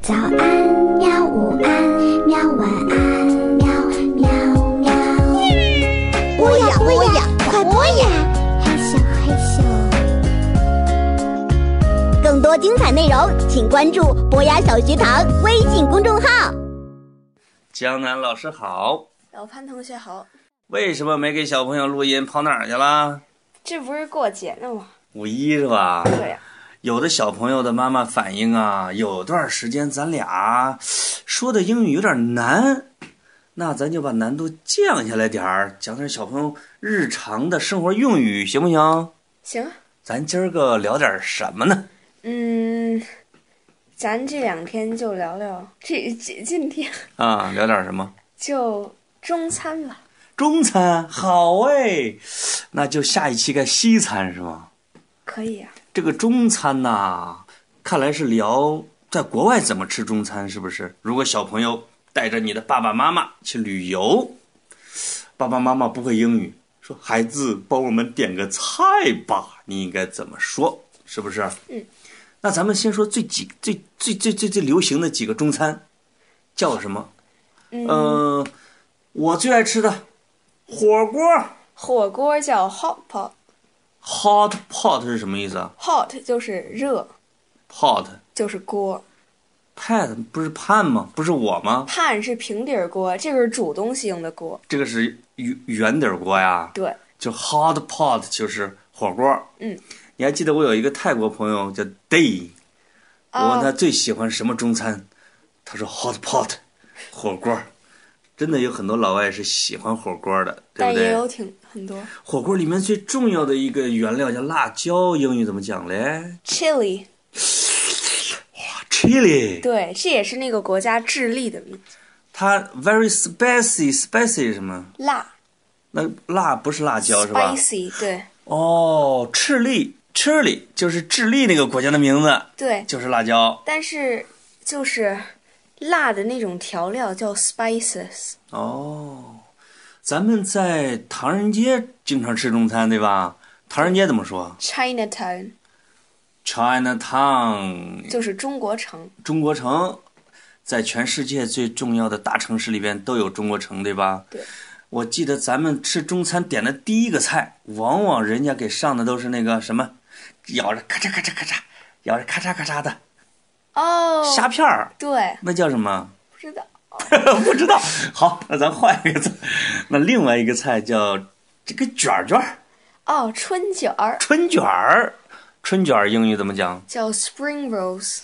早安，喵！午安，喵！晚安，喵！喵喵。播呀播呀，快播呀！害羞害羞。更多精彩内容，请关注博雅小学堂微信公众号。江南老师好，老潘同学好，为什么没给小朋友录音？跑哪儿去了？这不是过节呢吗？五一是吧？对呀、有的小朋友的妈妈反映啊，有段时间咱俩说的英语有点难，那咱就把难度降下来点儿，讲点小朋友日常的生活用语，行不行？行啊，咱今儿个聊点什么呢？嗯，咱这两天就聊聊这这今天啊，聊点什么？就中餐吧。中餐好哎，那就下一期该西餐是吗？可以啊，这个中餐呐、看来是聊在国外怎么吃中餐，是不是？如果小朋友带着你的爸爸妈妈去旅游，爸爸妈妈不会英语，说孩子帮我们点个菜吧，你应该怎么说？是不是？嗯。那咱们先说最几最最最最最流行的几个中餐，叫什么？嗯，呃，我最爱吃的火锅火锅叫 hot pot，hot ，hot pot 是什么意思啊就是热， ？pot 就是锅， pat 不是盼吗？不是我吗？ pan 是平底儿锅，这个是煮东西用的锅。这个是圆圆底儿锅呀，对，就 hot pot 就是火锅。嗯，你还记得我有一个泰国朋友叫 Day，我问他啊，最喜欢什么中餐，他说 hot pot 火锅。真的有很多老外是喜欢火锅的，对但不也有对？挺很多火锅里面最重要的一个原料叫辣椒，英语怎么讲嘞 chili， ？Chili，对，这也是那个国家智利的名字，它 very spicy，spicy 是什么？辣那辣不是辣椒是吧？ spicy，对哦，智利，智利就是智利那个国家的名字，对，就是辣椒。但是就是辣的那种调料叫 spices，哦，咱们在唐人街经常吃中餐，对吧？唐人街怎么说 Chinatown ？China Town，就是中国城，中国城，在全世界最重要的大城市里边都有中国城，对吧？对。我记得咱们吃中餐点的第一个菜，往往人家给上的都是那个什么，咬着咔嚓咔嚓咔嚓，咬着咔嚓咔嚓的哦，虾片儿，对，那叫什么？不知道， 不知道。好，那咱换一个菜，那另外一个菜叫这个卷儿卷儿，哦，春卷儿春卷儿。春卷儿英语怎么讲叫 spring rolls，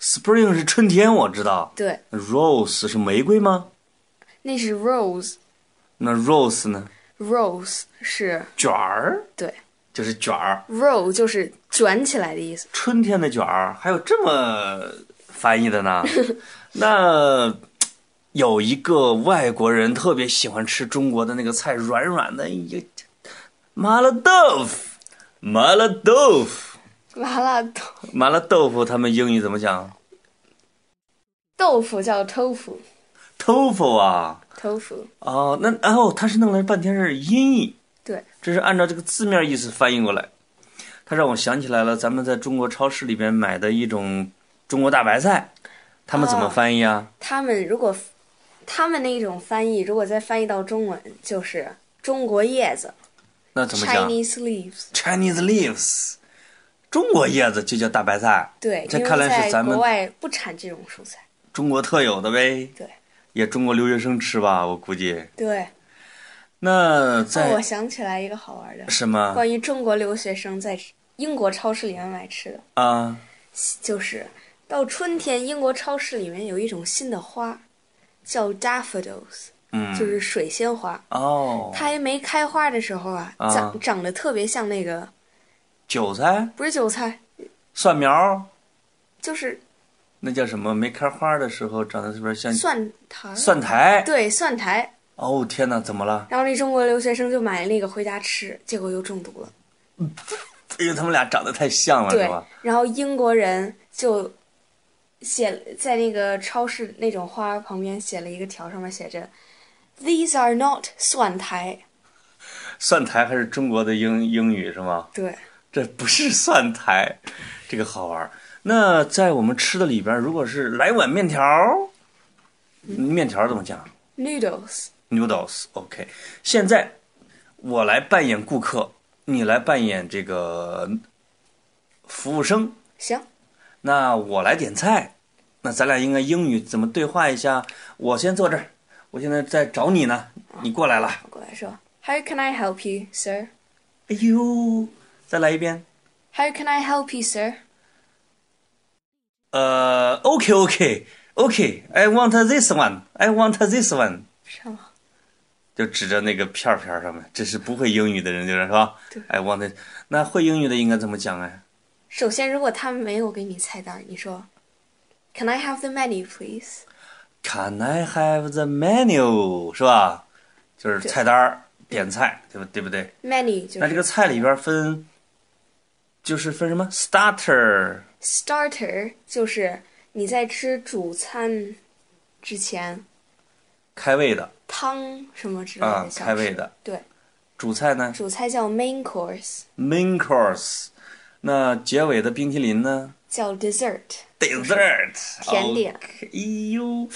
？Spring 是春天，我知道。对， Rose 是玫瑰吗？那是 rolls，rolls 那 rose 呢？是卷儿对就是卷儿， roll 就是卷起来的意思，春天的卷儿，还有这么翻译的 呢？那有一个外国人特别喜欢吃中国的那个菜，软软的，一个麻辣豆腐，麻辣豆腐。麻辣豆麻辣豆腐，他们英语怎么讲豆腐叫 tofu，tofu ？tofu 啊，哦，那然后他是弄了半天是音译，对，这是按照这个字面意思翻译过来。他让我想起来了，咱们在中国超市里边买的一种中国大白菜，他们怎么哦翻译啊？他们如果他们那种翻译，如果再翻译到中文，就是中国叶子那怎么讲 Chinese leaves。 ？Chinese leaves，中国叶子就叫大白菜，对，这因为看来是在咱们国外不产这种蔬菜。中国特有的呗。对，也中国留学生吃吧，我估计。对，那哦，在啊我想起来一个好玩的，什么关于中国留学生在英国超市里面买吃的，啊？就是到春天，英国超市里面有一种新的花，叫 daffodils，嗯，就是水仙花。哦，它还没开花的时候啊，啊长长得特别像那个，韭菜、不是韭菜，蒜苗。就是那叫什么？没开花的时候长得特别像蒜苔。嗯蒜苔。对，蒜苔。哦天哪，怎么了？然后那中国留学生就买那个回家吃，结果又中毒了。因为他们俩长得太像了，啊是对吧？，然后英国人就写在那个超市那种花旁边写了一个条，上面写着 “These are not 蒜苔蒜苔还是中国的英英语是吗”。？对， 这不是蒜苔，这个好玩儿。那在我们吃的里边，如果是来碗面条，面条怎么讲 noodles。 ？Noodles。OK，现在我来扮演顾客，你来扮演这个服务生，行，那我来点菜，那咱俩应该英语怎么对话一下？我先坐这儿，我现在在找你呢，你过来了。我过来说，How can I help you, sir? 哎呦，再来一遍。 How can I help you, sir? 呃，OK OK OK，I want this one，I want this one，什么？就指着那个片儿片儿上面，这是不会英语的人就是是吧对？I want it，那会英语的应该怎么讲哎？首先，如果他没有给你菜单，你说，Can I have the menu, please? Can I have the menu？是吧？就是对菜单儿点菜，对吧？对不对？ Menu 就那这个是菜里边分，就是分什么 starter starter，就是你在吃主餐之前，开胃的，汤什么之类啊的小吃。开胃的。对，主菜呢主菜叫 main course， main course，那结尾的冰淇淋呢叫 dessert。 dessert 甜点 OK，哎呦，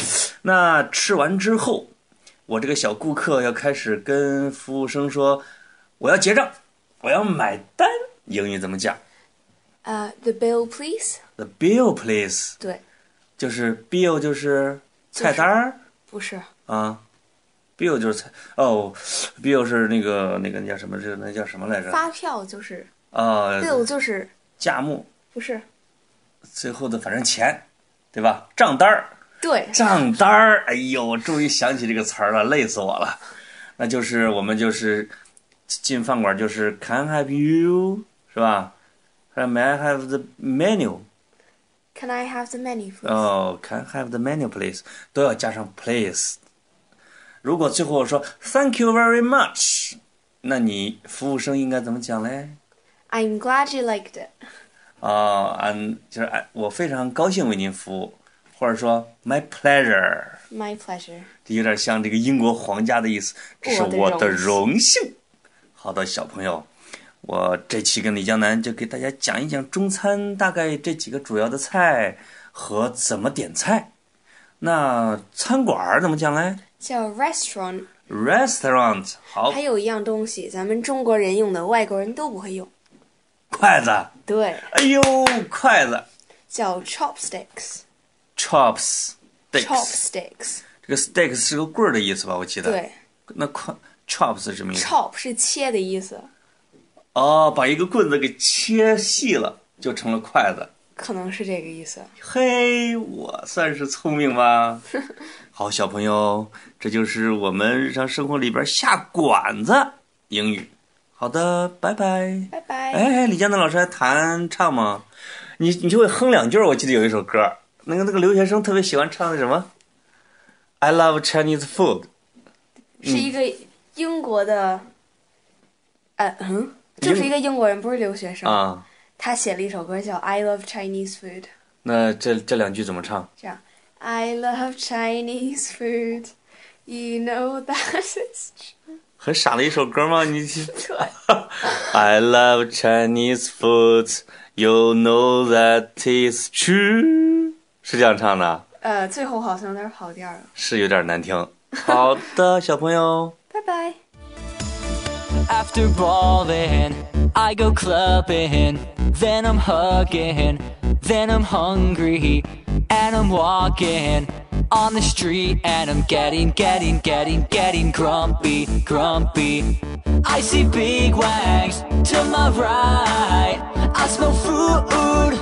那吃完之后，我这个小顾客要开始跟服务生说，我要结账，我要买单。英语怎么讲呃、t h e bill please。 ？The bill please，对，就是 bill 就是菜单儿、不是啊，bill 就是菜哦，bill 是那个那个那叫什么？这个那叫什么来着？发票就是啊， bill 就是价目，不是最后的反正钱，对吧？账单儿。对账单儿，哎呦，我终于想起这个词儿了，累死我了。那就是我们就是进饭馆就是 Can I have you 是吧？还有 May I have the menu？ ，Can I have the menu please？、哦、c a n I have the menu please？都要加上 please。如果最后我说 Thank you very much，那你服务生应该怎么讲嘞？ I'm glad you liked it。啊、俺就是俺，我非常高兴为您服务，或者说 My pleasure。 My pleasure。这有点像这个英国皇家的意思，这是我的荣幸。好的，小朋友，我这期跟李江南就给大家讲一讲中餐大概这几个主要的菜和怎么点菜。那餐馆儿怎么讲嘞叫 restaurant， ？Restaurant，好还，有一样东西，咱们中国人用的，外国人都不会用。筷子，对，哎呦，筷子叫 chopsticks。 ，chops，sticks， chopsticks。这个 sticks 是个棍儿的意思吧？我记得。。对那筷 chops 是什么意思？ ，chop 是切的意思，哦，把一个棍子给切细了，就成了筷子。可能是这个意思。嘿，我算是聪明吧。好，小朋友，这就是我们日常生活里边下馆子英语。好的，拜拜。拜拜。哎，李江南老师还弹唱吗？你你就会哼两句儿。我记得有一首歌儿，那个那个留学生特别喜欢唱的什么？I love Chinese food。是一个英国的，呃嗯，就是一个英国人，不是留学生。啊，他写了一首歌叫《I Love Chinese Food》，那这这两句怎么唱？这样：I love Chinese food, you know that is true。很傻的一首歌吗？你 你对， I love Chinese food, you know that is true。是这样唱的，呃，最后好像有点跑调了。是有点难听。好的，小朋友。拜拜。 after balling. I go clubbing, then I'm hugging, then I'm hungry, and I'm walking on the street, and I'm getting, getting, getting, getting grumpy, grumpy. I see big wags to my right. I smell food